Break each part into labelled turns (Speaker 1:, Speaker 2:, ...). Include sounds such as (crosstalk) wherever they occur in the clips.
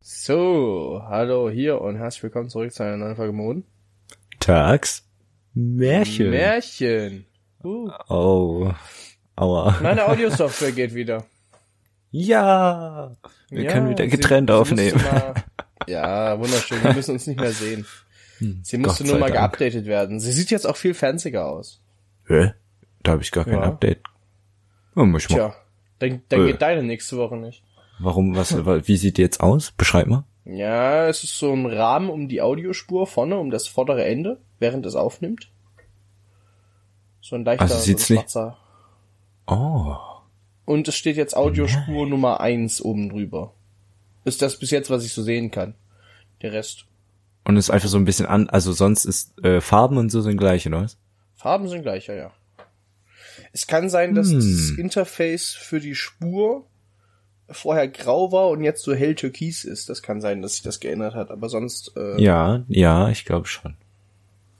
Speaker 1: So, hallo hier und herzlich willkommen zurück zu einer neuen Folge Moden.
Speaker 2: Tags. Märchen.
Speaker 1: Märchen. Uh,
Speaker 2: oh. Aua.
Speaker 1: meine
Speaker 2: (laughs)
Speaker 1: Audiosoftware geht wieder.
Speaker 2: Ja. Wir
Speaker 1: Ja,
Speaker 2: können wieder
Speaker 1: sie-
Speaker 2: getrennt
Speaker 1: sie musste
Speaker 2: aufnehmen.
Speaker 1: mal- ja, wunderschön. Wir müssen uns nicht mehr sehen. Sie musste
Speaker 2: Hm, Gott
Speaker 1: nur
Speaker 2: sei
Speaker 1: mal
Speaker 2: Dank.
Speaker 1: geupdatet werden. Sie sieht jetzt auch viel fanziger aus.
Speaker 2: Hä? Da habe ich gar kein
Speaker 1: Ja.
Speaker 2: Update. Oh, muss ich mal.
Speaker 1: Tja, dann, dann
Speaker 2: Äh.
Speaker 1: geht deine nächste Woche nicht.
Speaker 2: Warum, was, wa- wie sieht die jetzt aus? Beschreib mal.
Speaker 1: Ja, es ist so ein Rahmen um die Audiospur vorne, um das vordere Ende, während es aufnimmt. So ein leichter
Speaker 2: Also sieht's
Speaker 1: so ein
Speaker 2: nicht-
Speaker 1: schwarzer.
Speaker 2: Oh.
Speaker 1: Und es steht jetzt Audiospur Nummer 1 oben drüber. Ist das bis jetzt, was ich so sehen kann. Der Rest.
Speaker 2: Und ist einfach so ein bisschen an, also sonst ist, äh, Farben und so sind gleich, oder was?
Speaker 1: Farben sind gleich, ja, ja. Es kann sein,
Speaker 2: Hm.
Speaker 1: dass das Interface für die Spur vorher grau war und jetzt so hell türkis ist. Das kann sein, dass sich das geändert hat, aber sonst, äh,
Speaker 2: Ja, ja, ich glaube schon.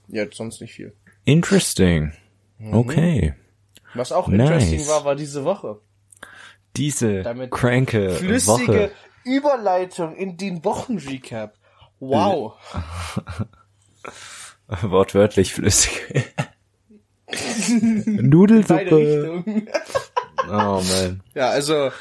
Speaker 1: ja, sonst nicht viel.
Speaker 2: Interesting.
Speaker 1: Mhm.
Speaker 2: Okay.
Speaker 1: Was auch
Speaker 2: Nice.
Speaker 1: interesting war, war diese Woche.
Speaker 2: Diese
Speaker 1: Damit
Speaker 2: cranke
Speaker 1: flüssige
Speaker 2: Woche. (laughs) Äh,
Speaker 1: Überleitung in den Wochenrecap. Wow.
Speaker 2: Wortwörtlich flüssig.
Speaker 1: (laughs) Beide
Speaker 2: Nudelsuppe.
Speaker 1: Richtungen.
Speaker 2: Oh man.
Speaker 1: Ja, also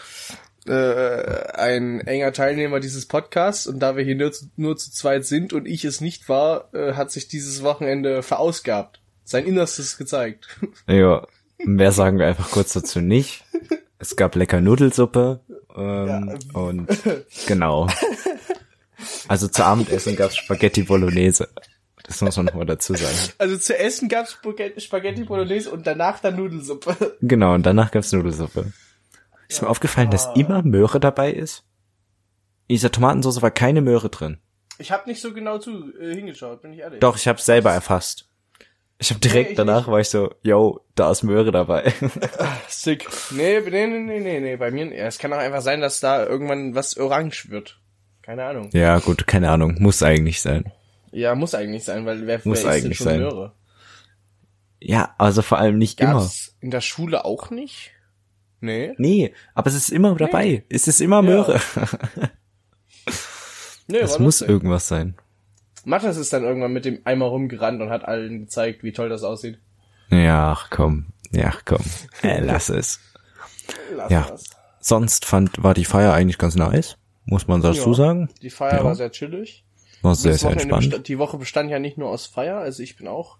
Speaker 1: äh, ein enger Teilnehmer dieses Podcasts und da wir hier nur zu, nur zu zweit sind und ich es nicht war, äh, hat sich dieses Wochenende verausgabt. Sein Innerstes gezeigt. (laughs)
Speaker 2: Ja, mehr sagen wir einfach kurz dazu nicht. Es gab lecker Nudelsuppe ähm, und genau. Also zu Abendessen gab's Spaghetti Bolognese. Das muss man nochmal dazu sagen.
Speaker 1: Also zu essen gab's Spaghetti, Spaghetti Bolognese und danach dann Nudelsuppe. (laughs)
Speaker 2: Genau, und danach gab's Nudelsuppe. Ist mir aufgefallen, dass immer Möhre dabei ist? In dieser Tomatensauce war keine Möhre drin.
Speaker 1: Ich habe nicht so genau zu äh, hingeschaut, bin ich ehrlich.
Speaker 2: Doch, ich hab's selber erfasst. Ich hab direkt
Speaker 1: Nee, ich
Speaker 2: danach war ich so, yo, da ist Möhre dabei.
Speaker 1: Sick. Nee, nee, nee, nee, nee, nee, bei mir. Ja, es kann auch einfach sein, dass da irgendwann was orange wird. Keine Ahnung.
Speaker 2: ja, gut, keine Ahnung, muss eigentlich sein.
Speaker 1: Ja, muss eigentlich sein, weil wer,
Speaker 2: Muss
Speaker 1: wer isst denn
Speaker 2: eigentlich
Speaker 1: schon
Speaker 2: sein.
Speaker 1: Möhre?
Speaker 2: Ja, also vor allem nicht immer.
Speaker 1: Gab's in der Schule auch nicht? Nee.
Speaker 2: Nee, aber es ist immer dabei. Es ist immer Möhre.
Speaker 1: Nee,
Speaker 2: Es
Speaker 1: war
Speaker 2: muss
Speaker 1: lustig.
Speaker 2: irgendwas sein.
Speaker 1: Mathis ist dann irgendwann mit dem Eimer rumgerannt und hat allen gezeigt, wie toll das aussieht.
Speaker 2: Ja, ach komm. Ja, ach komm. (laughs) Äh, lass es.
Speaker 1: Lass
Speaker 2: Ja.
Speaker 1: das.
Speaker 2: Sonst fand, war die Feier eigentlich ganz nice. Muss man dazu
Speaker 1: Ja.
Speaker 2: sagen.
Speaker 1: Die Feier
Speaker 2: Ja.
Speaker 1: war sehr chillig.
Speaker 2: War sehr,
Speaker 1: Das
Speaker 2: sehr
Speaker 1: Wochenende
Speaker 2: entspannt.
Speaker 1: bestand- die Woche bestand ja nicht nur aus Feier, also ich bin auch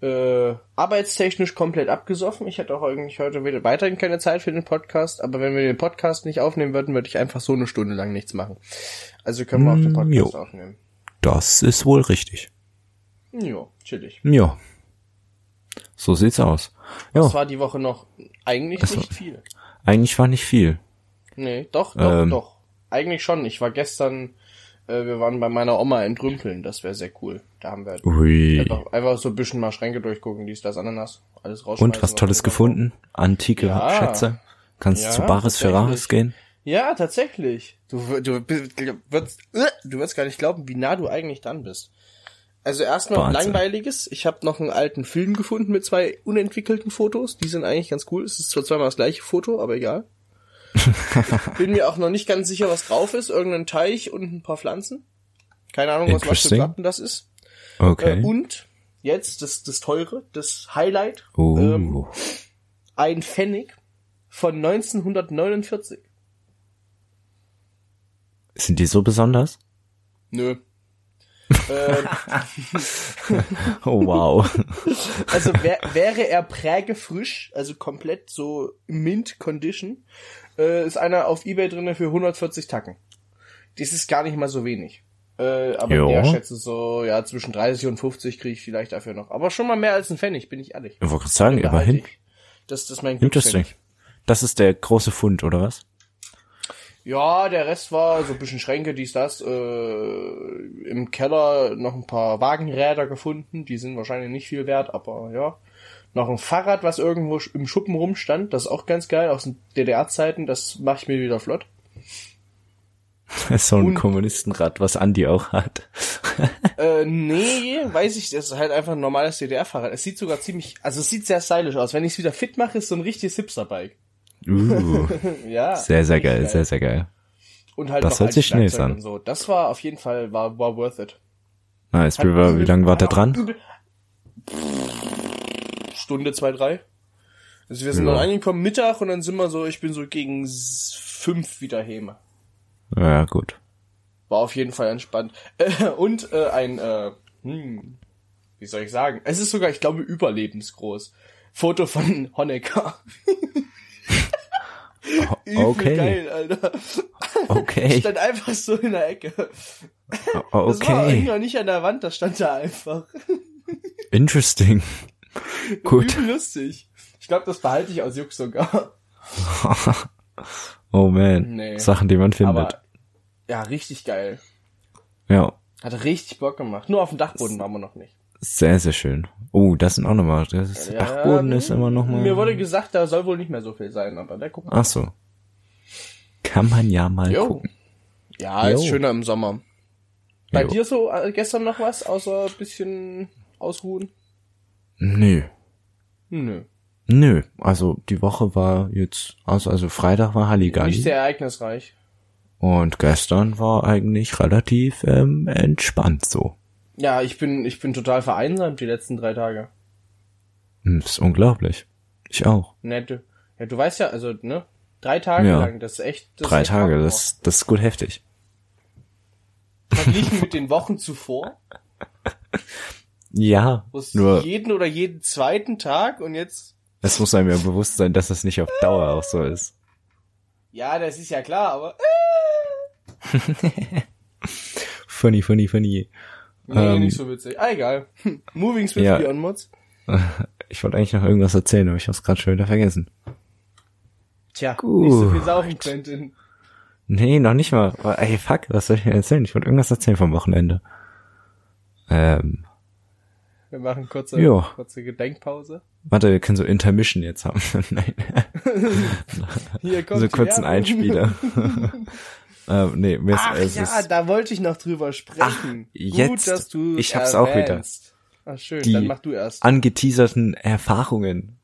Speaker 1: äh, arbeitstechnisch komplett abgesoffen. Ich hätte auch eigentlich heute wieder weiterhin keine Zeit für den Podcast, aber wenn wir den Podcast nicht aufnehmen würden, würde ich einfach so eine Stunde lang nichts machen. Also können wir auch den
Speaker 2: Mm,
Speaker 1: Podcast
Speaker 2: jo.
Speaker 1: aufnehmen.
Speaker 2: Das ist wohl richtig.
Speaker 1: Jo, chillig.
Speaker 2: Ja. So sieht's aus.
Speaker 1: Das
Speaker 2: Ja,
Speaker 1: war die Woche noch eigentlich nicht viel.
Speaker 2: eigentlich war nicht viel.
Speaker 1: Nee, doch, doch,
Speaker 2: Ähm.
Speaker 1: doch. Eigentlich schon. Ich war gestern, äh, wir waren bei meiner Oma in Trümpeln, das wäre sehr cool. Da haben wir
Speaker 2: Ui.
Speaker 1: einfach, einfach so ein bisschen mal Schränke durchgucken, dies, das, Ananas, alles rausschmeißen.
Speaker 2: Und was Tolles
Speaker 1: drin war.
Speaker 2: gefunden? Antike
Speaker 1: Also, Ja.
Speaker 2: Schätze. Kannst
Speaker 1: Ja,
Speaker 2: zu Bares
Speaker 1: tatsächlich.
Speaker 2: Ferraris gehen?
Speaker 1: Ja, tatsächlich. Du, wür- du, bist- würdest, äh, du würdest gar nicht glauben, wie nah du eigentlich dran bist. Also erstmal ein
Speaker 2: Wahnsinn.
Speaker 1: langweiliges. Ich habe noch einen alten Film gefunden mit zwei unentwickelten Fotos. Die sind eigentlich ganz cool. Es ist zwar zweimal das gleiche Foto, aber egal.
Speaker 2: (laughs)
Speaker 1: ich bin mir auch noch nicht ganz sicher, was drauf ist. Irgendein Teich und ein paar Pflanzen. Keine Ahnung, was, was für
Speaker 2: Interesting.
Speaker 1: Platten das ist.
Speaker 2: Okay.
Speaker 1: Äh, und jetzt das, das teure, das Highlight.
Speaker 2: oh.
Speaker 1: ähm, ein Pfennig von 1949.
Speaker 2: Sind die
Speaker 1: (laughs)
Speaker 2: so besonders?
Speaker 1: Nö. ähm,
Speaker 2: Oh wow.
Speaker 1: also wär, wäre er prägefrisch, also komplett so Mint Condition, äh, ist einer auf Ebay drinne für 140 Tacken. Das ist gar nicht mal so wenig. Äh, aber
Speaker 2: Jo.
Speaker 1: ich ich schätze so, ja, zwischen 30 und 50 kriege ich vielleicht dafür noch. Aber schon mal mehr als ein Pfennig, bin ich ehrlich.
Speaker 2: Ich wollte gerade sagen,
Speaker 1: Behalte
Speaker 2: immerhin.
Speaker 1: ich. Das, das ist mein
Speaker 2: Interesting.
Speaker 1: Glückspfennig.
Speaker 2: Das ist der große Fund, oder was? (laughs)
Speaker 1: Ja, der Rest war so ein bisschen Schränke, dies, das. Äh, Im Keller noch ein paar Wagenräder gefunden. Die sind wahrscheinlich nicht viel wert, aber ja. Noch ein Fahrrad, was irgendwo sch- im Schuppen rumstand. Das ist auch ganz geil aus den DDR-Zeiten. Das mache ich mir wieder flott.
Speaker 2: So ein
Speaker 1: Und-
Speaker 2: Kommunistenrad, was Andi auch hat.
Speaker 1: Äh, nee, weiß ich. Das ist halt einfach ein normales DDR-Fahrrad. Es sieht sogar ziemlich, also es sieht sehr stylisch aus. Wenn ich es wieder fit mache, ist so ein richtiges Hipster-Bike.
Speaker 2: Uh,
Speaker 1: Ja.
Speaker 2: sehr, sehr
Speaker 1: richtig
Speaker 2: geil, sehr, sehr geil.
Speaker 1: Und halt
Speaker 2: Das
Speaker 1: noch
Speaker 2: hört
Speaker 1: alte
Speaker 2: sich schnell
Speaker 1: Werkzeuge
Speaker 2: an.
Speaker 1: und so. Das war auf jeden Fall, war, war worth it.
Speaker 2: Nice.
Speaker 1: Hat
Speaker 2: Wie, war- wie
Speaker 1: übel-
Speaker 2: lange war der
Speaker 1: auch
Speaker 2: dran?
Speaker 1: übel- Stunde, zwei, drei. Also wir sind
Speaker 2: Ja.
Speaker 1: dann angekommen Mittag und dann sind wir so, ich bin so gegen s- fünf wieder heme.
Speaker 2: Ja, gut.
Speaker 1: War auf jeden Fall entspannt. (laughs) und äh, ein, äh, hm, wie soll ich sagen? Es ist sogar, ich glaube, überlebensgroß. Foto von (laughs) Honecker. Übel
Speaker 2: okay.
Speaker 1: geil, Alter.
Speaker 2: Okay.
Speaker 1: Stand einfach so in der Ecke.
Speaker 2: O-
Speaker 1: Das war eigentlich
Speaker 2: Okay.
Speaker 1: noch nicht an der Wand, das stand da einfach.
Speaker 2: Interesting. Gut.
Speaker 1: Übel lustig. Ich glaube, das behalte ich aus Juck sogar.
Speaker 2: Oh man.
Speaker 1: Nee.
Speaker 2: Sachen, die man findet.
Speaker 1: Aber ja, richtig geil.
Speaker 2: Ja.
Speaker 1: Hat richtig Bock gemacht. Nur auf dem Dachboden waren wir noch nicht.
Speaker 2: Sehr, sehr schön. Oh, das sind auch nochmal. Das ist,
Speaker 1: Ja,
Speaker 2: Dachboden ist immer nochmal.
Speaker 1: Mir wurde gesagt, da soll wohl nicht mehr so viel sein, aber der guckt.
Speaker 2: Ach so. Kann man ja mal
Speaker 1: Jo.
Speaker 2: gucken.
Speaker 1: Ja, ist
Speaker 2: Jo.
Speaker 1: schöner im Sommer. Bei
Speaker 2: Jo.
Speaker 1: dir so äh, gestern noch was, außer ein bisschen ausruhen?
Speaker 2: Nö.
Speaker 1: Nö.
Speaker 2: Nö. Also, die Woche war jetzt, also, also Freitag war
Speaker 1: Nicht
Speaker 2: Halligalli.
Speaker 1: sehr ereignisreich.
Speaker 2: Und gestern war eigentlich relativ ähm, entspannt so.
Speaker 1: Ja, ich bin, ich bin total vereinsamt die letzten drei Tage.
Speaker 2: Hm, Ist unglaublich. Ich auch.
Speaker 1: Nette. Ja, du weißt ja, also, ne? Drei Tage
Speaker 2: Ja.
Speaker 1: lang, das ist echt. Das ist
Speaker 2: Drei
Speaker 1: echt
Speaker 2: Tage,
Speaker 1: hardcore.
Speaker 2: das, das ist gut heftig.
Speaker 1: Verglichen mit den Wochen zuvor,
Speaker 2: Ja,
Speaker 1: wo es
Speaker 2: (laughs) nur
Speaker 1: jeden oder jeden zweiten Tag und jetzt
Speaker 2: es muss einem ja bewusst sein, dass das nicht auf Dauer auch so ist.
Speaker 1: Ja, das ist ja klar, aber. äh,
Speaker 2: Funny, funny, funny.
Speaker 1: Nee,
Speaker 2: Ähm.
Speaker 1: nicht so witzig. Ah, egal. (laughs) Hm. Moving Swiftly
Speaker 2: Ja.
Speaker 1: on Mods.
Speaker 2: Ich wollte eigentlich noch irgendwas erzählen, aber ich hab's gerade schon wieder vergessen.
Speaker 1: Tja, nicht so viel
Speaker 2: Gut.
Speaker 1: saufen, Quentin.
Speaker 2: Nee, noch nicht mal. Aber, Ey, fuck, was soll ich denn erzählen? Ich wollte irgendwas erzählen vom Wochenende. Ähm,
Speaker 1: Wir machen kurze,
Speaker 2: Jo.
Speaker 1: kurze Gedenkpause.
Speaker 2: warte, wir können so Intermission jetzt haben. (laughs) Nein,
Speaker 1: Hier kommt die
Speaker 2: so Also kurzen
Speaker 1: Werbung. (laughs)
Speaker 2: Einspieler. (laughs) ähm, nee, mir ist,
Speaker 1: Ach
Speaker 2: es
Speaker 1: ja,
Speaker 2: ist
Speaker 1: da wollte ich noch drüber sprechen.
Speaker 2: jetzt.
Speaker 1: Gut, dass du
Speaker 2: Ich hab's auch wieder.
Speaker 1: erwähnst. Ach schön,
Speaker 2: Die-
Speaker 1: dann mach du erst.
Speaker 2: angeteaserten Erfahrungen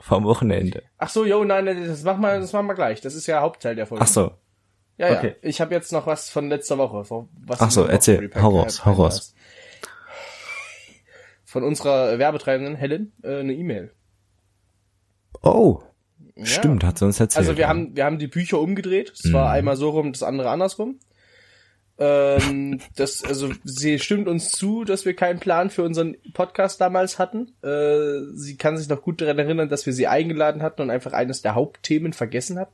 Speaker 2: vom Wochenende.
Speaker 1: Ach so, jo, nein, nein, das machen wir, das machen wir gleich. Das ist ja Hauptteil der Folge.
Speaker 2: Ach so,
Speaker 1: Ja, ja.
Speaker 2: okay.
Speaker 1: Ich habe jetzt noch was von letzter Woche. von- Was
Speaker 2: Ach so,
Speaker 1: du noch
Speaker 2: erzähl.
Speaker 1: Repack-
Speaker 2: Hau raus,
Speaker 1: äh,
Speaker 2: hau raus.
Speaker 1: Von unserer Werbetreibenden Helen äh, eine E-Mail.
Speaker 2: Oh, stimmt, hat sie uns erzählt.
Speaker 1: Also wir
Speaker 2: ja. Mhm.
Speaker 1: haben, wir haben die Bücher umgedreht. Es war einmal so rum, das andere andersrum. Ähm,
Speaker 2: (laughs)
Speaker 1: das, also sie stimmt uns zu, dass wir keinen Plan für unseren Podcast damals hatten. Äh, sie kann sich noch gut daran erinnern, dass wir sie eingeladen hatten und einfach eines der Hauptthemen vergessen hatten.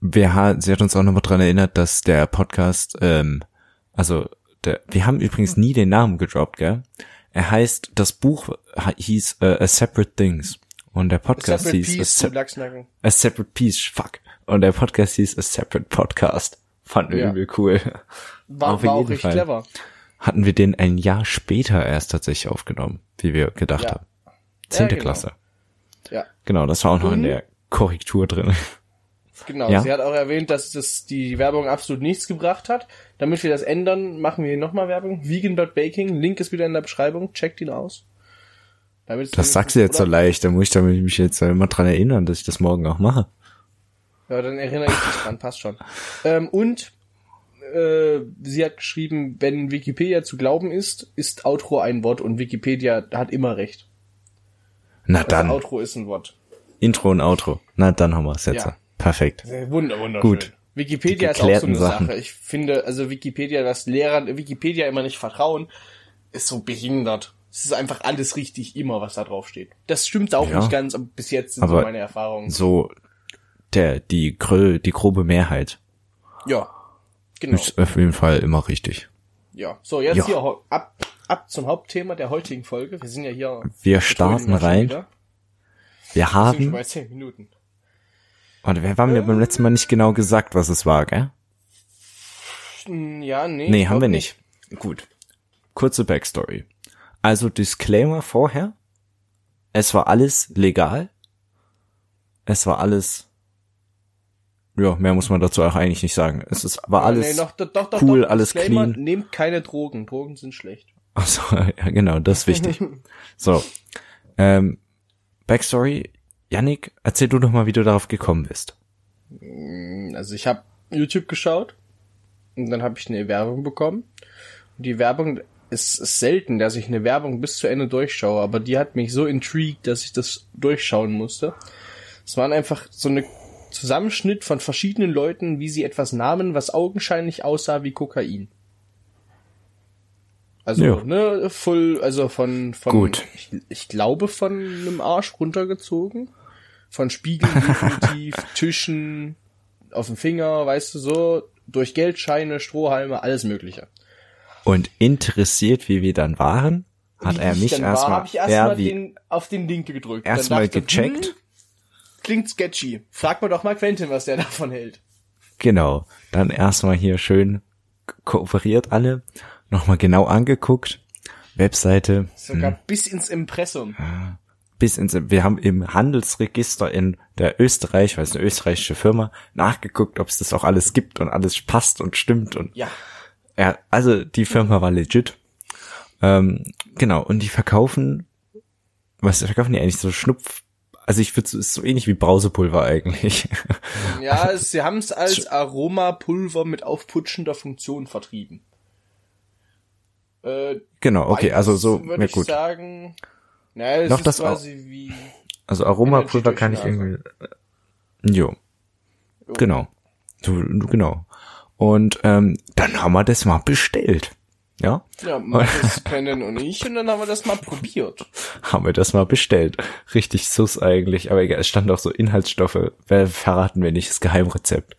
Speaker 2: Wir ha sie hat uns auch nochmal dran erinnert, dass der Podcast, ähm, also der, wir haben übrigens nie den Namen gedroppt, gell? Er heißt, das Buch ha- hieß äh, A Separate Things und der Podcast
Speaker 1: Separate
Speaker 2: hieß
Speaker 1: Peace,
Speaker 2: a,
Speaker 1: du
Speaker 2: Sep-
Speaker 1: Lachsnacken.
Speaker 2: a Separate Piece, fuck. Und der Podcast hieß A Separate Podcast. Fanden wir
Speaker 1: Ja.
Speaker 2: übel cool.
Speaker 1: War,
Speaker 2: Auf
Speaker 1: war auch
Speaker 2: jeden
Speaker 1: recht
Speaker 2: Fall.
Speaker 1: clever.
Speaker 2: Hatten wir den ein Jahr später erst tatsächlich aufgenommen, wie wir gedacht
Speaker 1: Ja.
Speaker 2: haben. Zehnte
Speaker 1: genau.
Speaker 2: Klasse.
Speaker 1: Ja,
Speaker 2: Genau, das war auch
Speaker 1: Mhm.
Speaker 2: noch in der Korrektur drin.
Speaker 1: genau.
Speaker 2: Ja.
Speaker 1: Sie hat auch erwähnt, dass das die Werbung absolut nichts gebracht hat. Damit wir das ändern, machen wir hier nochmal Werbung. Vegan.baking, Link ist wieder in der Beschreibung, checkt ihn aus. Damit es
Speaker 2: Das
Speaker 1: wenigstens-
Speaker 2: sagst du jetzt so
Speaker 1: oder-
Speaker 2: leicht, da muss ich damit mich jetzt immer dran erinnern, dass ich das morgen auch mache.
Speaker 1: Ja, dann erinnere ich mich dran, passt schon. Ähm, und äh, sie hat geschrieben, wenn Wikipedia zu glauben ist, ist Outro ein Wort und Wikipedia hat immer recht.
Speaker 2: Na
Speaker 1: Also
Speaker 2: dann,
Speaker 1: Outro ist ein Wort.
Speaker 2: Intro und Outro. Na dann haben wir es jetzt.
Speaker 1: Ja.
Speaker 2: Perfekt.
Speaker 1: Sehr Äh, Wunder, wunderschön.
Speaker 2: Gut.
Speaker 1: Wikipedia
Speaker 2: Die
Speaker 1: ist auch so
Speaker 2: geklärten
Speaker 1: eine
Speaker 2: Sachen.
Speaker 1: Sache. Ich finde, also Wikipedia, dass Lehrer Wikipedia immer nicht vertrauen, ist so behindert. Es ist einfach alles richtig, immer was da drauf steht. Das stimmt auch
Speaker 2: Ja.
Speaker 1: nicht ganz, aber bis jetzt sind so
Speaker 2: Aber
Speaker 1: meine Erfahrungen.
Speaker 2: So der die grö, die grobe Mehrheit
Speaker 1: Ja, genau.
Speaker 2: ist auf jeden Fall immer richtig.
Speaker 1: Ja. So, jetzt
Speaker 2: Ja.
Speaker 1: hier ho- ab, ab zum Hauptthema der heutigen Folge. Wir sind ja hier.
Speaker 2: Wir starten
Speaker 1: Entschuldigung,
Speaker 2: rein.
Speaker 1: schon wieder.
Speaker 2: Wir
Speaker 1: Wir sind schon
Speaker 2: haben
Speaker 1: bei 10 Minuten.
Speaker 2: und wir haben ja beim letzten Mal nicht genau gesagt, was es war, gell?
Speaker 1: Hm, Ja, nee.
Speaker 2: Nee,
Speaker 1: ich
Speaker 2: haben
Speaker 1: glaub
Speaker 2: wir nicht. Gut. Kurze Backstory. Also Disclaimer vorher. Es war alles legal. Es war alles. Ja, mehr muss man dazu auch eigentlich nicht sagen. Es ist, war alles.
Speaker 1: Ah, nee, doch, doch, doch, doch,
Speaker 2: cool,
Speaker 1: doch,
Speaker 2: alles
Speaker 1: Disclaimer,
Speaker 2: clean. (laughs)
Speaker 1: Nehmt keine Drogen. Drogen sind schlecht.
Speaker 2: Also, ja, genau, das
Speaker 1: (laughs)
Speaker 2: ist wichtig. So. Ähm, Backstory. Yannick, erzähl du doch mal, wie du darauf gekommen bist.
Speaker 1: Also ich habe YouTube geschaut und dann habe ich eine Werbung bekommen. Und die Werbung es ist selten, dass ich eine Werbung bis zu Ende durchschaue, aber die hat mich so intrigued, dass ich das durchschauen musste. Es waren einfach so eine Zusammenschnitt von verschiedenen Leuten, wie sie etwas nahmen, was augenscheinlich aussah wie Kokain. Also,
Speaker 2: Ja.
Speaker 1: ne, voll, also von, von,
Speaker 2: Gut.
Speaker 1: Ich, ich glaube, von einem Arsch runtergezogen. Von Spiegeln
Speaker 2: (laughs)
Speaker 1: definitiv, Tischen, auf dem Finger, weißt du so, durch Geldscheine, Strohhalme, alles Mögliche.
Speaker 2: Und interessiert, wie wir dann waren, hat
Speaker 1: Wie
Speaker 2: er
Speaker 1: ich
Speaker 2: mich
Speaker 1: dann war,
Speaker 2: erstmal,
Speaker 1: hab ich erst
Speaker 2: ja,
Speaker 1: mal
Speaker 2: wie,
Speaker 1: den, auf den Link gedrückt. Dann
Speaker 2: erstmal
Speaker 1: dachte,
Speaker 2: gecheckt.
Speaker 1: Hm, klingt sketchy. Frag mal doch mal Quentin, was der davon hält.
Speaker 2: Genau. Dann erstmal hier schön kooperiert alle. Nochmal genau angeguckt. Webseite
Speaker 1: Sogar bis ins Impressum.
Speaker 2: bis ins, wir haben im Handelsregister in der Österreich, weil es eine österreichische Firma, nachgeguckt, ob es das auch alles gibt und alles passt und stimmt und
Speaker 1: Ja.
Speaker 2: ja, also die Firma war legit. Ähm, genau, und die verkaufen, was verkaufen die eigentlich so Schnupf, also ich würde, ist so ähnlich wie Brausepulver eigentlich. (laughs)
Speaker 1: Ja, es- sie haben es als Aromapulver mit aufputschender Funktion vertrieben. Äh,
Speaker 2: genau, okay, also
Speaker 1: beides
Speaker 2: so,
Speaker 1: würde
Speaker 2: ja
Speaker 1: ich
Speaker 2: gut.
Speaker 1: sagen. Naja, es
Speaker 2: Noch
Speaker 1: ist
Speaker 2: das
Speaker 1: quasi wie.
Speaker 2: Also Aromapulver kann ich
Speaker 1: Energy
Speaker 2: irgendwie. äh, Jo. Genau. Du, du, genau. Und ähm, dann haben wir das mal bestellt. Ja,
Speaker 1: Ja,
Speaker 2: (laughs)
Speaker 1: Markus, Kennen und ich und dann haben wir das mal probiert.
Speaker 2: haben wir das mal bestellt. Richtig sus eigentlich, aber egal, es stand auch so Inhaltsstoffe. Wer verraten wir nicht, das Geheimrezept.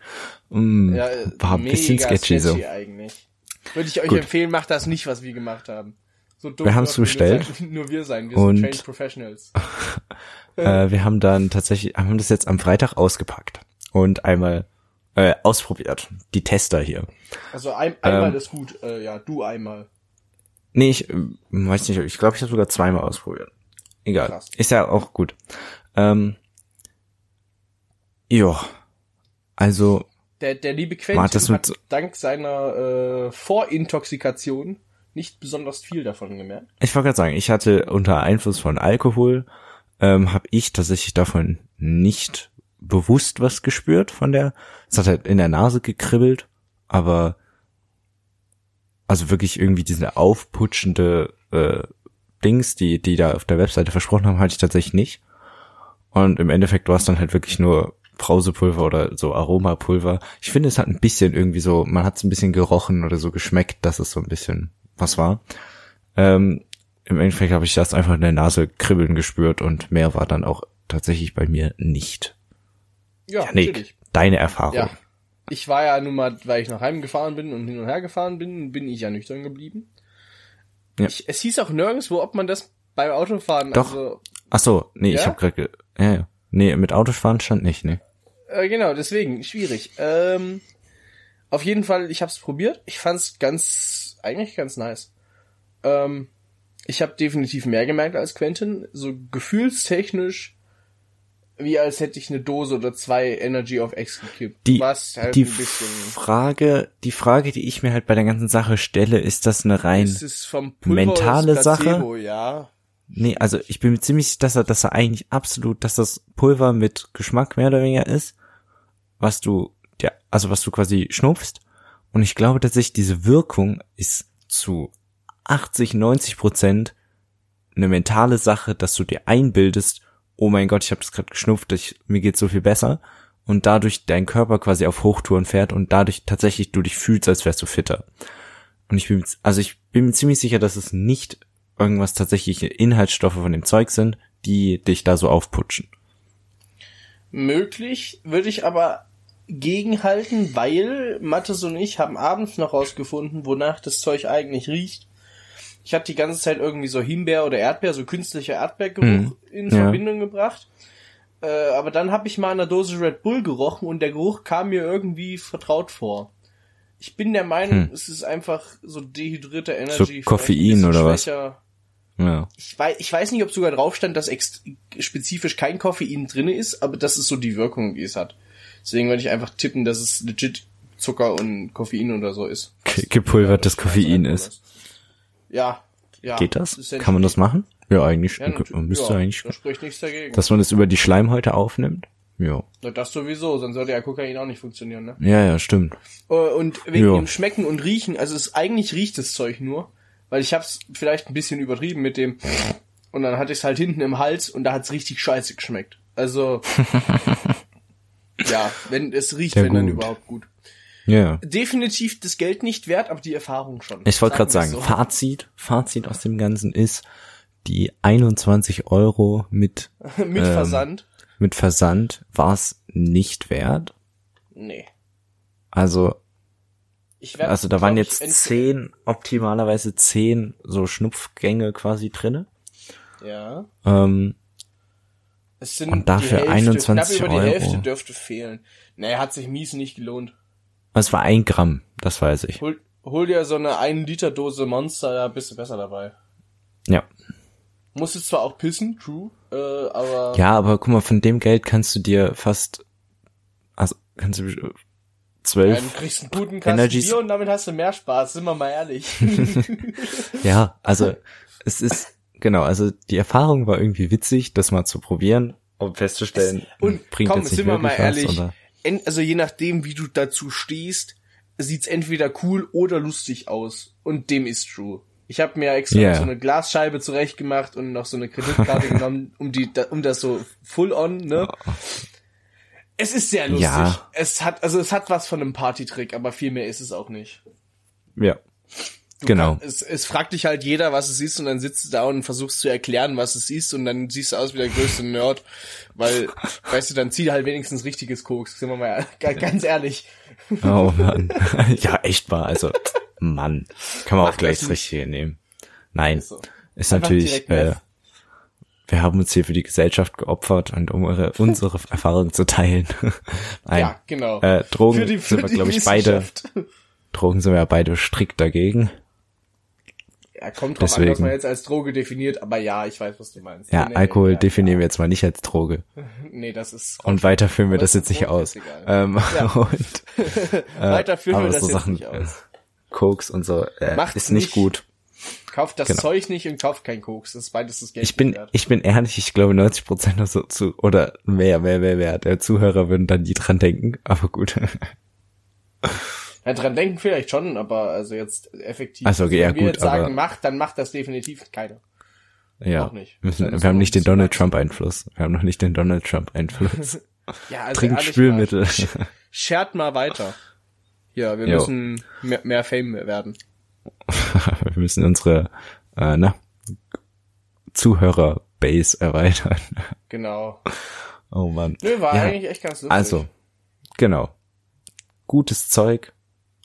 Speaker 2: Mm,
Speaker 1: Ja,
Speaker 2: war ein bisschen sketchy, so.
Speaker 1: eigentlich. Würde ich euch
Speaker 2: Gut.
Speaker 1: empfehlen, macht das nicht, was wir gemacht haben. So dumm
Speaker 2: Wir haben's
Speaker 1: dürfen
Speaker 2: bestellt.
Speaker 1: Nur sein- (laughs) nur wir sein, wir
Speaker 2: Und-
Speaker 1: sind trained professionals.
Speaker 2: Äh, wir haben dann tatsächlich, haben das jetzt am Freitag ausgepackt und einmal äh, ausprobiert. Die Tester hier.
Speaker 1: Also
Speaker 2: (laughs)
Speaker 1: ein,
Speaker 2: Ähm,
Speaker 1: einmal ist gut, äh, ja, du einmal.
Speaker 2: Nee, ich ähm, weiß nicht, ich glaube, ich habe sogar zweimal ausprobiert. Egal.
Speaker 1: Krass.
Speaker 2: Ist ja auch gut. Ähm, ja. Also,
Speaker 1: Der, der liebe Quentin
Speaker 2: Warte, das wird
Speaker 1: hat
Speaker 2: so-
Speaker 1: dank seiner äh, Vorintoxikation nicht besonders viel davon gemerkt.
Speaker 2: ich wollte gerade sagen, ich hatte unter Einfluss von Alkohol, ähm, habe ich tatsächlich davon nicht bewusst was gespürt von der. Es hat halt in der Nase gekribbelt, aber also wirklich irgendwie diese aufputschende äh, Dings, die, die da auf der Webseite versprochen haben, hatte ich tatsächlich nicht. Und im Endeffekt war es dann halt wirklich nur Brausepulver oder so Aromapulver. Ich finde, es hat ein bisschen irgendwie so, man hat es ein bisschen gerochen oder so geschmeckt, dass es so ein bisschen was war. Ähm, Im Endeffekt habe ich das einfach in der Nase kribbeln gespürt und mehr war dann auch tatsächlich bei mir nicht.
Speaker 1: Ja,
Speaker 2: Nick,
Speaker 1: natürlich.
Speaker 2: deine Erfahrung.
Speaker 1: Ja. Ich war ja nun mal, weil ich nach Heim gefahren bin und hin und her gefahren bin, bin ich ja nüchtern geblieben.
Speaker 2: Ja.
Speaker 1: Ich, es hieß auch nirgendwo, ob man das beim Autofahren,
Speaker 2: Doch.
Speaker 1: also
Speaker 2: Ach so, nee, ich
Speaker 1: Ja?
Speaker 2: habe gerade, ge ja, ja. nee, mit Autofahren stand nicht, nee.
Speaker 1: Äh, genau, deswegen, schwierig. Ähm, auf jeden Fall, ich habe es probiert. Ich fand es ganz, eigentlich ganz nice. Ähm, ich habe definitiv mehr gemerkt als Quentin. So gefühlstechnisch, wie als hätte ich eine Dose oder zwei Energy of X gekippt.
Speaker 2: Die,
Speaker 1: was halt
Speaker 2: die
Speaker 1: ein bisschen.
Speaker 2: Frage, die Frage, die ich mir halt bei der ganzen Sache stelle, ist das eine rein,
Speaker 1: Es ist vom Pulver
Speaker 2: mentale
Speaker 1: das Placebo, ja.
Speaker 2: nee, also ich bin mir ziemlich, sicher, dass er, dass er eigentlich absolut, dass das Pulver mit Geschmack mehr oder weniger ist, was du, ja, also was du quasi schnupfst. Und ich glaube tatsächlich, diese Wirkung ist zu 80, 90 Prozent eine mentale Sache, dass du dir einbildest, oh mein Gott, ich habe das gerade geschnupft, ich, mir geht so viel besser und dadurch dein Körper quasi auf Hochtouren fährt und dadurch tatsächlich du dich fühlst, als wärst du fitter. Und ich bin mir z- also ich bin mir ziemlich sicher, dass es nicht irgendwas tatsächliche Inhaltsstoffe von dem Zeug sind, die dich da so aufputschen.
Speaker 1: Möglich, würde ich aber gegenhalten, weil Mattes und ich haben abends noch rausgefunden, wonach das Zeug eigentlich riecht. Ich habe die ganze Zeit irgendwie so Himbeer oder Erdbeer, so künstlicher Erdbeergeruch
Speaker 2: Mhm.
Speaker 1: in
Speaker 2: Ja.
Speaker 1: Verbindung gebracht. Äh, aber dann habe ich mal an der Dose Red Bull gerochen und der Geruch kam mir irgendwie vertraut vor. Ich bin der Meinung,
Speaker 2: Hm.
Speaker 1: es ist einfach so dehydrierte Energy.
Speaker 2: Koffein
Speaker 1: vielleicht ein bisschen
Speaker 2: oder was?
Speaker 1: schwächer.
Speaker 2: Ja.
Speaker 1: Ich weiß, ich weiß nicht, ob sogar drauf stand, dass ex spezifisch kein Koffein drinne ist, aber das ist so die Wirkung, die es hat. Deswegen würde ich einfach tippen, dass es legit Zucker und Koffein oder so ist.
Speaker 2: Ge- gepulvertes
Speaker 1: Ja, das
Speaker 2: Koffein
Speaker 1: einfach
Speaker 2: ist.
Speaker 1: Ja, ja.
Speaker 2: Geht das?
Speaker 1: ist ja
Speaker 2: Kann man das machen? Ja, eigentlich.
Speaker 1: nicht-
Speaker 2: man müsste
Speaker 1: ja,
Speaker 2: eigentlich.
Speaker 1: Da spricht nichts dagegen.
Speaker 2: Dass man das über die Schleimhäute aufnimmt? Ja.
Speaker 1: Na, Das sowieso, sonst würde ja Kokain auch nicht funktionieren, ne?
Speaker 2: Ja, ja, stimmt.
Speaker 1: Äh, Und wegen
Speaker 2: Ja.
Speaker 1: dem Schmecken und Riechen, also es eigentlich riecht das Zeug nur, weil ich hab's vielleicht ein bisschen übertrieben mit dem und dann hatte ich es halt hinten im Hals und da hat's richtig scheiße geschmeckt.
Speaker 2: (laughs)
Speaker 1: Also ja, wenn es riecht,
Speaker 2: Ja,
Speaker 1: wenn dann
Speaker 2: gut.
Speaker 1: überhaupt gut.
Speaker 2: Ja.
Speaker 1: Definitiv das Geld nicht wert, aber die Erfahrung schon.
Speaker 2: Ich wollte gerade sagen,
Speaker 1: wir's so.
Speaker 2: Fazit, Fazit aus dem Ganzen ist, die 21 Euro mit,
Speaker 1: (laughs) mit
Speaker 2: ähm,
Speaker 1: Versand?
Speaker 2: mit Versand war es nicht wert.
Speaker 1: Nee.
Speaker 2: Also
Speaker 1: Ich werd,
Speaker 2: Also da
Speaker 1: glaub
Speaker 2: waren
Speaker 1: ich,
Speaker 2: jetzt
Speaker 1: ent-
Speaker 2: zehn, optimalerweise zehn so Schnupfgänge quasi drinne.
Speaker 1: Ja.
Speaker 2: Ähm,
Speaker 1: Es sind
Speaker 2: Und dafür
Speaker 1: die Hälfte,
Speaker 2: 21
Speaker 1: knapp über die
Speaker 2: Euro.
Speaker 1: Hälfte dürfte fehlen. Nee, hat sich mies nicht gelohnt.
Speaker 2: es war ein Gramm, das weiß ich.
Speaker 1: Hol, hol dir so eine 1 Liter Dose Monster, da bist du besser dabei.
Speaker 2: Ja.
Speaker 1: Musst du zwar auch pissen, true, äh, aber
Speaker 2: Ja, aber guck mal, von dem Geld kannst du dir fast, also kannst du äh,
Speaker 1: dann
Speaker 2: zwölf,
Speaker 1: kriegst du einen guten Kasten
Speaker 2: Energies-
Speaker 1: Bier und damit hast du mehr Spaß, sind wir mal ehrlich.
Speaker 2: ja, also es ist, genau, also die Erfahrung war irgendwie witzig, das mal zu probieren, um festzustellen,
Speaker 1: Und
Speaker 2: Hm, bringt
Speaker 1: komm,
Speaker 2: jetzt nicht
Speaker 1: sind wir mal
Speaker 2: wirklich was,
Speaker 1: ehrlich,
Speaker 2: oder-
Speaker 1: en, also je nachdem, wie du dazu stehst, sieht's entweder cool oder lustig aus. Und dem ist true. Ich habe mir extra
Speaker 2: Ja.
Speaker 1: so eine Glasscheibe zurecht gemacht und noch so eine
Speaker 2: (laughs)
Speaker 1: Kreditkarte genommen, um die, da- um das so full on, ne? Es ist sehr lustig.
Speaker 2: Ja.
Speaker 1: Es hat, also es hat was von einem Partytrick, aber viel mehr ist es auch nicht.
Speaker 2: ja, genau.
Speaker 1: Kann, es, es fragt dich halt jeder, was es ist, und dann sitzt du da und versuchst zu erklären, was es ist, und dann siehst du aus wie der größte Nerd, weil, weißt du, dann zieh halt wenigstens richtiges Koks, sind wir mal ga- ganz ehrlich.
Speaker 2: Oh Mann. (laughs) ja, echt mal. Also, Mann. Kann man auch gleich
Speaker 1: das
Speaker 2: das Richtige nehmen. Nein.
Speaker 1: Ist
Speaker 2: Ist,
Speaker 1: so.
Speaker 2: natürlich,
Speaker 1: direkt
Speaker 2: äh,
Speaker 1: Meth.
Speaker 2: wir haben uns hier für die Gesellschaft geopfert und um eure, unsere Erfahrungen zu teilen. (laughs) Nein.
Speaker 1: Ja, genau.
Speaker 2: Äh, Drogen sind wir,
Speaker 1: die
Speaker 2: glaube ich, beide,
Speaker 1: Wissenschaft.
Speaker 2: Drogen sind wir ja beide strikt dagegen.
Speaker 1: Ja, kommt drauf an, was
Speaker 2: Deswegen.
Speaker 1: man jetzt als Droge definiert, aber ja, ich weiß, was du meinst.
Speaker 2: Ja,
Speaker 1: Nee, nee,
Speaker 2: Alkohol
Speaker 1: ja,
Speaker 2: definieren wir jetzt mal nicht als Droge.
Speaker 1: Nee, das ist.
Speaker 2: Und weiter führen wir
Speaker 1: Aber
Speaker 2: das
Speaker 1: ist
Speaker 2: jetzt nicht
Speaker 1: Drogen,
Speaker 2: aus.
Speaker 1: ist egal.
Speaker 2: Ähm, (laughs) und,
Speaker 1: Weiter führen
Speaker 2: Äh, aber
Speaker 1: wir das
Speaker 2: so
Speaker 1: jetzt
Speaker 2: Sachen,
Speaker 1: nicht aus.
Speaker 2: äh, Koks und so, äh,
Speaker 1: Macht's
Speaker 2: ist nicht
Speaker 1: nicht.
Speaker 2: gut.
Speaker 1: Kauft das Zeug nicht und kauft kein Koks. Das ist beides das Geld.
Speaker 2: genau. Ich bin,
Speaker 1: nicht wert.
Speaker 2: ich bin ehrlich, ich glaube 90 Prozent oder so zu, oder mehr, mehr, mehr, mehr der Zuhörer würden dann nie dran denken, aber gut. (laughs)
Speaker 1: Ja, dran denken vielleicht schon, aber also jetzt effektiv.
Speaker 2: Ach so,
Speaker 1: Also,
Speaker 2: ja,
Speaker 1: wenn wir
Speaker 2: gut,
Speaker 1: jetzt sagen,
Speaker 2: aber-
Speaker 1: macht, dann macht das definitiv keiner.
Speaker 2: ja.
Speaker 1: Auch nicht.
Speaker 2: Müssen,
Speaker 1: Dann ist
Speaker 2: wir haben
Speaker 1: man
Speaker 2: nicht den
Speaker 1: ein bisschen
Speaker 2: Donald Trump Einfluss. Wir haben noch nicht den Donald Trump
Speaker 1: (laughs)
Speaker 2: Einfluss.
Speaker 1: Ja, also
Speaker 2: Trinkt
Speaker 1: ehrlich
Speaker 2: Spülmittel.
Speaker 1: Mal, sch- schert mal weiter. Ja, wir
Speaker 2: Jo.
Speaker 1: müssen mehr, mehr Fame werden.
Speaker 2: (laughs) wir müssen unsere, äh, na, Zuhörer-Base erweitern. (laughs)
Speaker 1: Genau.
Speaker 2: Oh Mann.
Speaker 1: Nö, war
Speaker 2: Ja.
Speaker 1: eigentlich echt ganz lustig.
Speaker 2: Also, genau. Gutes Zeug.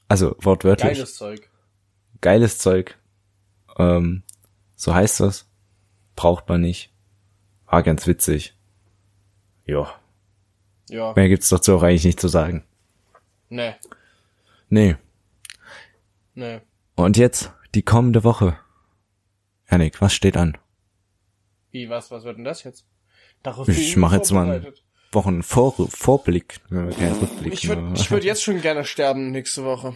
Speaker 2: Also, wortwörtlich.
Speaker 1: Geiles Zeug.
Speaker 2: geiles Zeug. Ähm, so heißt das. Braucht man nicht. War ganz witzig. Ja.
Speaker 1: Ja. ne,
Speaker 2: Mehr gibt's dazu auch eigentlich nicht zu sagen.
Speaker 1: Nee,
Speaker 2: Nee.
Speaker 1: nee.
Speaker 2: Und jetzt die kommende Woche. Janik, was steht an?
Speaker 1: Wie, was, was wird denn das jetzt? Darauf bin
Speaker 2: Ich
Speaker 1: nicht
Speaker 2: mache jetzt mal einen
Speaker 1: vorbereitet.
Speaker 2: Wochenvor Vorblick. Ja, Kein Rückblick.
Speaker 1: Ich würde
Speaker 2: ne?
Speaker 1: ich würd jetzt schon gerne sterben nächste
Speaker 2: (laughs)
Speaker 1: Woche.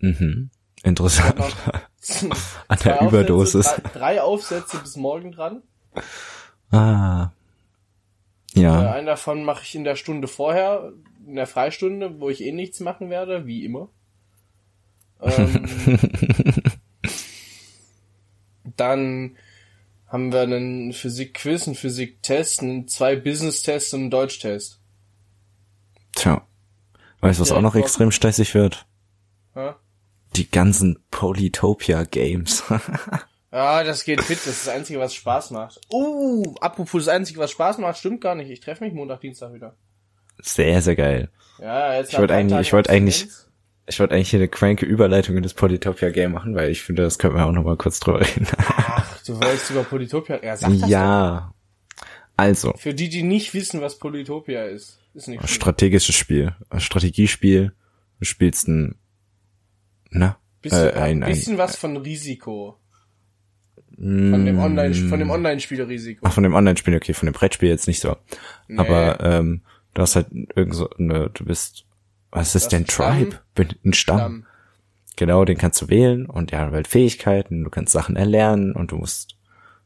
Speaker 2: mhm. Interessant. (laughs) An der
Speaker 1: Zwei
Speaker 2: Überdosis.
Speaker 1: Aufsätze, drei, drei Aufsätze bis morgen dran.
Speaker 2: Ah.
Speaker 1: Äh,
Speaker 2: Ja.
Speaker 1: einen davon mache ich in der Stunde vorher, in der Freistunde, wo ich eh nichts machen werde, wie immer.
Speaker 2: (laughs)
Speaker 1: Ähm, dann haben wir einen Physik-Quiz, einen Physik-Test, einen- zwei Business-Tests und einen Deutsch-Test.
Speaker 2: Tja. Weißt du, was auch noch
Speaker 1: Ja, ich-
Speaker 2: extrem stressig wird?
Speaker 1: Ja?
Speaker 2: Die ganzen Polytopia-Games. (laughs)
Speaker 1: Ah, das geht fit, das ist das Einzige, was Spaß macht. Oh, apropos das Einzige, was Spaß macht, stimmt gar nicht. Ich treffe mich Montag, Dienstag wieder.
Speaker 2: Sehr, sehr geil.
Speaker 1: Ja, jetzt
Speaker 2: Ich
Speaker 1: nach
Speaker 2: wollte
Speaker 1: drei
Speaker 2: eigentlich-
Speaker 1: Tagen
Speaker 2: ich wollte eigentlich-
Speaker 1: Abstinenz.
Speaker 2: Ich wollte eigentlich hier eine cranke Überleitung in das Polytopia Game machen, weil ich finde, das können wir auch noch mal kurz drüber reden.
Speaker 1: Ach, du wolltest über Polytopia... Ja, sag das
Speaker 2: ja. Also,
Speaker 1: Für die, die nicht wissen, was Polytopia ist, ist nicht schlimm.
Speaker 2: strategisches Spiel, ein Strategiespiel. Du spielst ein, na,
Speaker 1: bisschen,
Speaker 2: äh, ein,
Speaker 1: ein bisschen
Speaker 2: ein,
Speaker 1: was von Risiko. Von dem Online, von dem Online-Spielrisiko.
Speaker 2: ach, von dem Online-Spiel, okay, von dem Brettspiel jetzt nicht so. Aber, ähm, du hast halt irgend so eine, du bist, was ist denn
Speaker 1: ein Stamm.
Speaker 2: Tribe? Bin- Ein Stamm.
Speaker 1: Stamm.
Speaker 2: Genau, den kannst du wählen und ja, halt Fähigkeiten, du kannst Sachen erlernen und du musst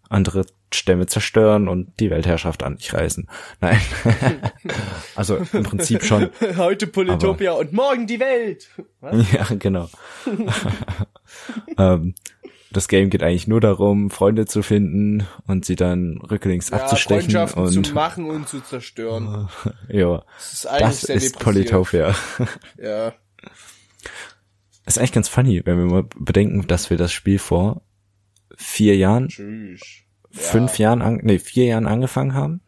Speaker 2: andere Stämme zerstören und die Weltherrschaft an sich reißen.
Speaker 1: (laughs)
Speaker 2: Nein. also im Prinzip schon.
Speaker 1: (laughs) Heute Polytopia und morgen die Welt.
Speaker 2: Was? Ja, genau.
Speaker 1: (laughs)
Speaker 2: ähm, das Game geht eigentlich nur darum, Freunde zu finden und sie dann rücklings
Speaker 1: Ja,
Speaker 2: abzustechen
Speaker 1: Freundschaften
Speaker 2: und
Speaker 1: zu machen und zu zerstören.
Speaker 2: ja,
Speaker 1: Das ist eigentlich
Speaker 2: das
Speaker 1: sehr
Speaker 2: ist
Speaker 1: depressiv.
Speaker 2: Polytopia.
Speaker 1: Ja.
Speaker 2: Ist eigentlich ganz funny, wenn wir mal bedenken, dass wir das Spiel vor vier Jahren,
Speaker 1: Tschüss. Ja.
Speaker 2: fünf Jahren, an, nee, vier Jahren angefangen haben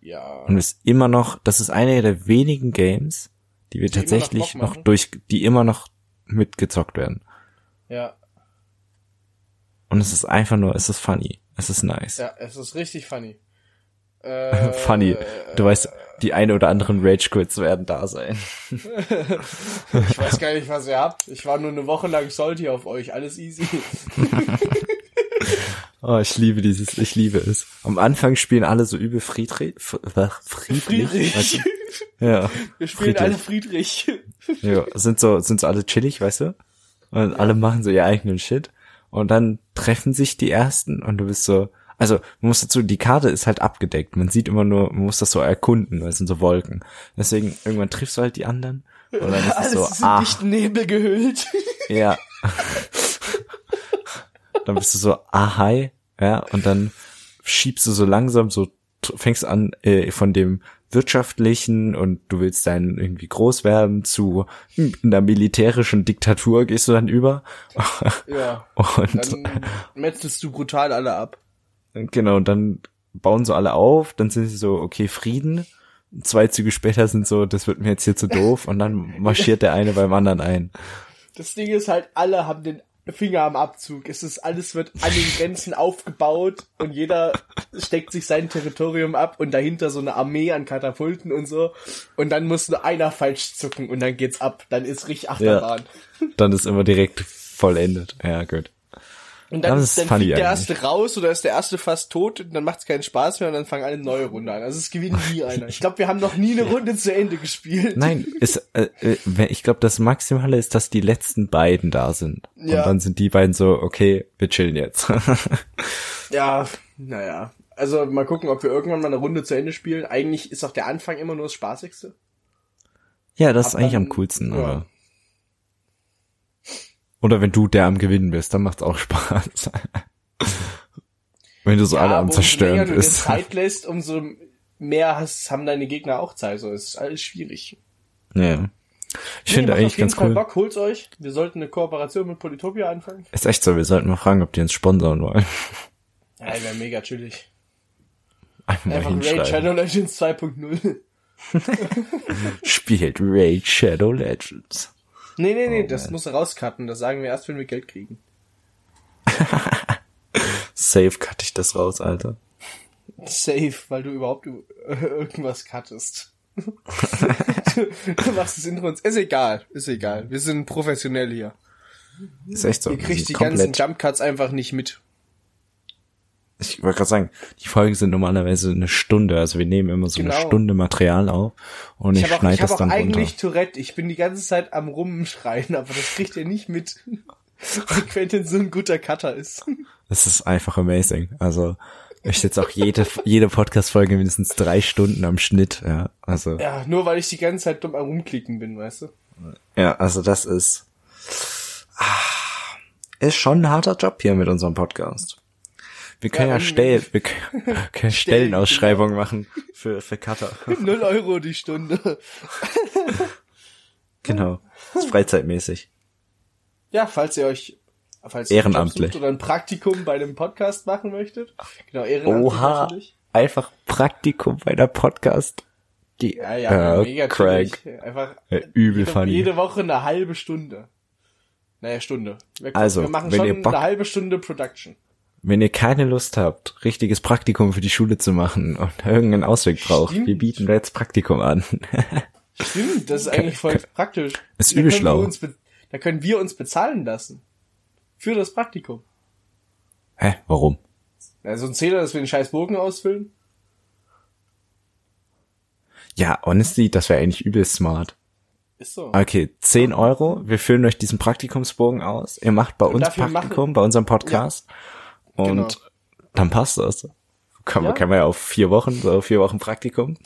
Speaker 1: Ja.
Speaker 2: und es immer noch, das ist eine der wenigen Games, die wir
Speaker 1: Die immer noch
Speaker 2: tatsächlich
Speaker 1: Bock
Speaker 2: noch,
Speaker 1: machen.
Speaker 2: durch, die immer noch mitgezockt werden.
Speaker 1: Ja.
Speaker 2: Und es ist einfach nur, es ist funny, es ist nice.
Speaker 1: Ja, es ist richtig funny. Äh,
Speaker 2: (laughs) funny, du weißt, die eine oder anderen Rage Quits werden da sein.
Speaker 1: Ich weiß gar nicht, was ihr habt. Ich war nur eine Woche lang salty auf euch. Alles easy.
Speaker 2: Oh, ich liebe dieses, ich liebe es. Am Anfang spielen alle so übel Friedrich, F- was? friedlich,
Speaker 1: Friedrich.
Speaker 2: weißt (laughs) du? Ja,
Speaker 1: Wir spielen alle Friedrich.
Speaker 2: (laughs) ja, sind so, sind so alle chillig, weißt du? Und alle machen so ihr eigenen Shit. Und dann treffen sich die ersten und du bist so, also, man muss dazu, die Karte ist halt abgedeckt. Man sieht immer nur, man muss das so erkunden, weil es sind so Wolken. Deswegen, irgendwann triffst du halt die anderen. Und dann ist
Speaker 1: (laughs)
Speaker 2: es
Speaker 1: Alles
Speaker 2: so,
Speaker 1: ist in
Speaker 2: ah,
Speaker 1: dichten Nebel
Speaker 2: (laughs)
Speaker 1: gehüllt.
Speaker 2: Ja. dann bist du so, ah, hi, ja, und dann schiebst du so langsam so, tr- fängst an, äh, von dem wirtschaftlichen und du willst dann irgendwie groß werden zu hm, einer militärischen Diktatur gehst du dann über
Speaker 1: Ja.
Speaker 2: (laughs) und
Speaker 1: Dann metzelst du brutal alle ab.
Speaker 2: genau, und dann bauen so alle auf, dann sind sie so, okay, Frieden. Zwei Züge später sind so, das wird mir jetzt hier zu doof und dann marschiert der eine beim anderen ein.
Speaker 1: Das Ding ist halt, alle haben den Finger am Abzug. Es ist alles wird an den Grenzen aufgebaut und jeder steckt sich sein Territorium ab und dahinter so eine Armee an Katapulten und so. Und dann muss nur einer falsch zucken und dann geht's ab. Dann ist richtig Achterbahn.
Speaker 2: Dann ist immer direkt vollendet. Ja, gut.
Speaker 1: Und dann,
Speaker 2: Das ist
Speaker 1: dann
Speaker 2: funny
Speaker 1: fliegt der
Speaker 2: eigentlich.
Speaker 1: erste raus oder ist der erste fast tot und dann macht's keinen Spaß mehr und dann fangen alle eine neue Runde an. Also es gewinnt nie einer. Ich glaube, wir haben noch nie eine Runde zu Ende gespielt.
Speaker 2: Nein, ist, äh, äh, wer- ich glaube, das Maximale ist, dass die letzten beiden da sind.
Speaker 1: Ja.
Speaker 2: Und dann sind die beiden so, okay, wir chillen jetzt. (laughs)
Speaker 1: Ja, naja. Also mal gucken, ob wir irgendwann mal eine Runde zu Ende spielen. Eigentlich ist auch der Anfang immer nur das Spaßigste.
Speaker 2: ja, das ist
Speaker 1: Ab
Speaker 2: eigentlich
Speaker 1: dann-
Speaker 2: am coolsten.
Speaker 1: ja.
Speaker 2: Oder? oder wenn du der am Gewinnen bist, dann macht's auch Spaß. (laughs) wenn du so alle
Speaker 1: Ja,
Speaker 2: am
Speaker 1: aber umso länger
Speaker 2: Zerstören
Speaker 1: du dir
Speaker 2: bist.
Speaker 1: Zeit lässt, umso mehr hast, haben deine Gegner auch Zeit. So es ist alles schwierig.
Speaker 2: (laughs) Ja. Ich
Speaker 1: Nee,
Speaker 2: finde
Speaker 1: macht
Speaker 2: eigentlich
Speaker 1: auf jeden
Speaker 2: ganz
Speaker 1: Fall
Speaker 2: cool.
Speaker 1: Bock, holt's euch. Wir sollten eine Kooperation mit Politopia anfangen.
Speaker 2: Ist echt so, wir sollten mal fragen, ob die uns sponsern wollen. (laughs)
Speaker 1: Ja, wäre mega chillig.
Speaker 2: Einfach mal
Speaker 1: Einfach Raid
Speaker 2: hinschreiben.
Speaker 1: Shadow Legends (laughs) 2.0.
Speaker 2: Spielt Raid Shadow Legends.
Speaker 1: Nee, nee,
Speaker 2: Oh,
Speaker 1: nee, das muss rauscutten. Das sagen wir erst, wenn wir Geld kriegen.
Speaker 2: Safe cutte ich das raus, Alter.
Speaker 1: Safe, weil du überhaupt (laughs) äh, irgendwas
Speaker 2: (laughs)
Speaker 1: cuttest. du, du machst das Intro und ist egal, ist egal. Wir sind professionell hier.
Speaker 2: Ist echt so.
Speaker 1: Ihr
Speaker 2: wir
Speaker 1: kriegt
Speaker 2: sind
Speaker 1: die
Speaker 2: komplett-
Speaker 1: ganzen Jump Cuts einfach nicht mit.
Speaker 2: Ich wollte gerade sagen, die Folgen sind normalerweise eine Stunde, also wir nehmen immer so eine
Speaker 1: Genau.
Speaker 2: Stunde Material auf und ich,
Speaker 1: ich habe auch,
Speaker 2: schneide
Speaker 1: ich hab
Speaker 2: das
Speaker 1: auch
Speaker 2: dann runter.
Speaker 1: eigentlich Tourette. Ich bin die ganze Zeit am Rumschreien, aber das kriegt ihr nicht mit. (laughs) Weil Quentin so ein guter Cutter ist.
Speaker 2: Das ist einfach amazing. Also ich sitze auch jede jede Podcast-Folge mindestens drei Stunden am Schnitt. Ja, also ja.
Speaker 1: Ja, nur weil ich die ganze Zeit dumm am Rumklicken bin, weißt du?
Speaker 2: also das ist ah, ist schon ein harter Job hier mit unserem Podcast. Wir können ja,
Speaker 1: Ja,
Speaker 2: Stell, (laughs) wir können, können Stellenausschreibungen machen für für Cutter. (laughs)
Speaker 1: Null Euro die Stunde.
Speaker 2: Genau, ist freizeitmäßig.
Speaker 1: Ja, falls ihr euch falls ihr
Speaker 2: Ehrenamtlich.
Speaker 1: einen Job sucht oder ein Praktikum bei einem Podcast machen möchtet. Genau, ehrenamtlich
Speaker 2: Oha,
Speaker 1: natürlich.
Speaker 2: einfach Praktikum bei der Podcast. Die,
Speaker 1: Ja, ja,
Speaker 2: äh,
Speaker 1: mega
Speaker 2: Craig.
Speaker 1: chillig. Einfach
Speaker 2: Äh, übel
Speaker 1: jede,
Speaker 2: funny.
Speaker 1: jede Woche eine halbe Stunde. Naja, Stunde. Wir,
Speaker 2: Also,
Speaker 1: wir machen
Speaker 2: wenn
Speaker 1: schon
Speaker 2: ihr Bock-
Speaker 1: eine halbe Stunde Production.
Speaker 2: Wenn ihr keine Lust habt, richtiges Praktikum für die Schule zu machen und (laughs) irgendeinen Ausweg braucht,
Speaker 1: Stimmt.
Speaker 2: wir bieten jetzt Praktikum an. (laughs)
Speaker 1: Stimmt, das ist eigentlich voll praktisch.
Speaker 2: Ist
Speaker 1: Da
Speaker 2: übel
Speaker 1: können wir
Speaker 2: schlau.
Speaker 1: uns be- Da können wir uns bezahlen lassen. Für das Praktikum.
Speaker 2: Hä, warum?
Speaker 1: Ja, so ein Zähler, dass wir den scheiß Bogen ausfüllen.
Speaker 2: Ja, honestly, das wäre eigentlich übel smart.
Speaker 1: Ist so.
Speaker 2: Okay, 10 Euro, wir füllen euch diesen Praktikumsbogen aus, ihr macht bei uns
Speaker 1: dafür
Speaker 2: Praktikum, bei unserem Podcast und
Speaker 1: Genau.
Speaker 2: dann passt das. Kann, man, kann man ja auf vier Wochen, so vier Wochen Praktikum.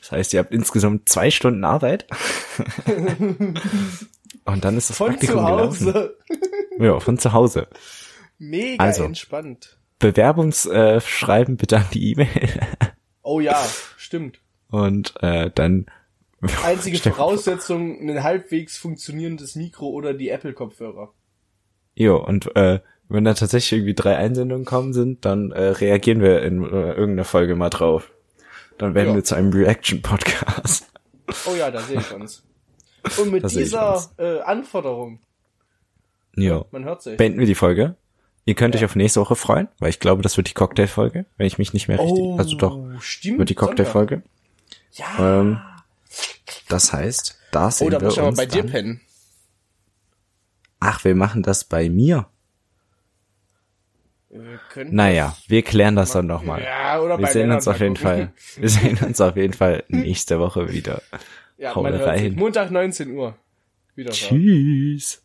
Speaker 2: Das heißt, ihr habt insgesamt zwei
Speaker 1: (laughs)
Speaker 2: Stunden Arbeit. Und dann ist das
Speaker 1: Von
Speaker 2: Praktikum
Speaker 1: zu
Speaker 2: gelaufen.
Speaker 1: Hause.
Speaker 2: Ja, von zu Hause.
Speaker 1: Mega
Speaker 2: Also.
Speaker 1: entspannt.
Speaker 2: Bewerbungsschreiben äh, bitte an die E-Mail.
Speaker 1: Oh ja, stimmt.
Speaker 2: Und äh, dann
Speaker 1: Einzige
Speaker 2: (laughs) Stell-
Speaker 1: Voraussetzung, ein halbwegs funktionierendes Mikro oder die Apple-Kopfhörer.
Speaker 2: Jo, und äh, wenn da tatsächlich irgendwie drei Einsendungen kommen sind, dann äh, reagieren wir in äh, irgendeiner Folge mal drauf. Dann werden
Speaker 1: Ja.
Speaker 2: wir zu einem Reaction-Podcast. (laughs)
Speaker 1: Oh ja, da sehe ich uns. Und mit
Speaker 2: Da sehe ich
Speaker 1: dieser
Speaker 2: uns.
Speaker 1: äh, Anforderung,
Speaker 2: Jo.
Speaker 1: man hört sich.
Speaker 2: Beenden wir die Folge. Ihr könnt euch auf nächste Woche freuen, weil ich glaube, das wird die Cocktail-Folge, wenn ich mich nicht mehr richtig...
Speaker 1: Oh.
Speaker 2: also doch,
Speaker 1: stimmt.
Speaker 2: wird die Cocktail-Folge.
Speaker 1: Sonntag. Ja.
Speaker 2: Ähm, das heißt, da sehen
Speaker 1: Oh, da
Speaker 2: wir
Speaker 1: muss ich aber
Speaker 2: uns
Speaker 1: bei dir
Speaker 2: dann.
Speaker 1: pennen.
Speaker 2: Ach, wir machen das bei mir?
Speaker 1: Wir können-
Speaker 2: Naja, wir klären das dann nochmal.
Speaker 1: Ja, oder
Speaker 2: Wir
Speaker 1: bei
Speaker 2: sehen
Speaker 1: Lennart
Speaker 2: uns auf
Speaker 1: mal
Speaker 2: jeden Fall.
Speaker 1: gucken.
Speaker 2: Wir sehen uns auf jeden Fall nächste Woche wieder.
Speaker 1: (laughs) Ja,
Speaker 2: Hau
Speaker 1: man hört sich.
Speaker 2: rein.
Speaker 1: Montag 19 Uhr. Wieder da.
Speaker 2: Tschüss.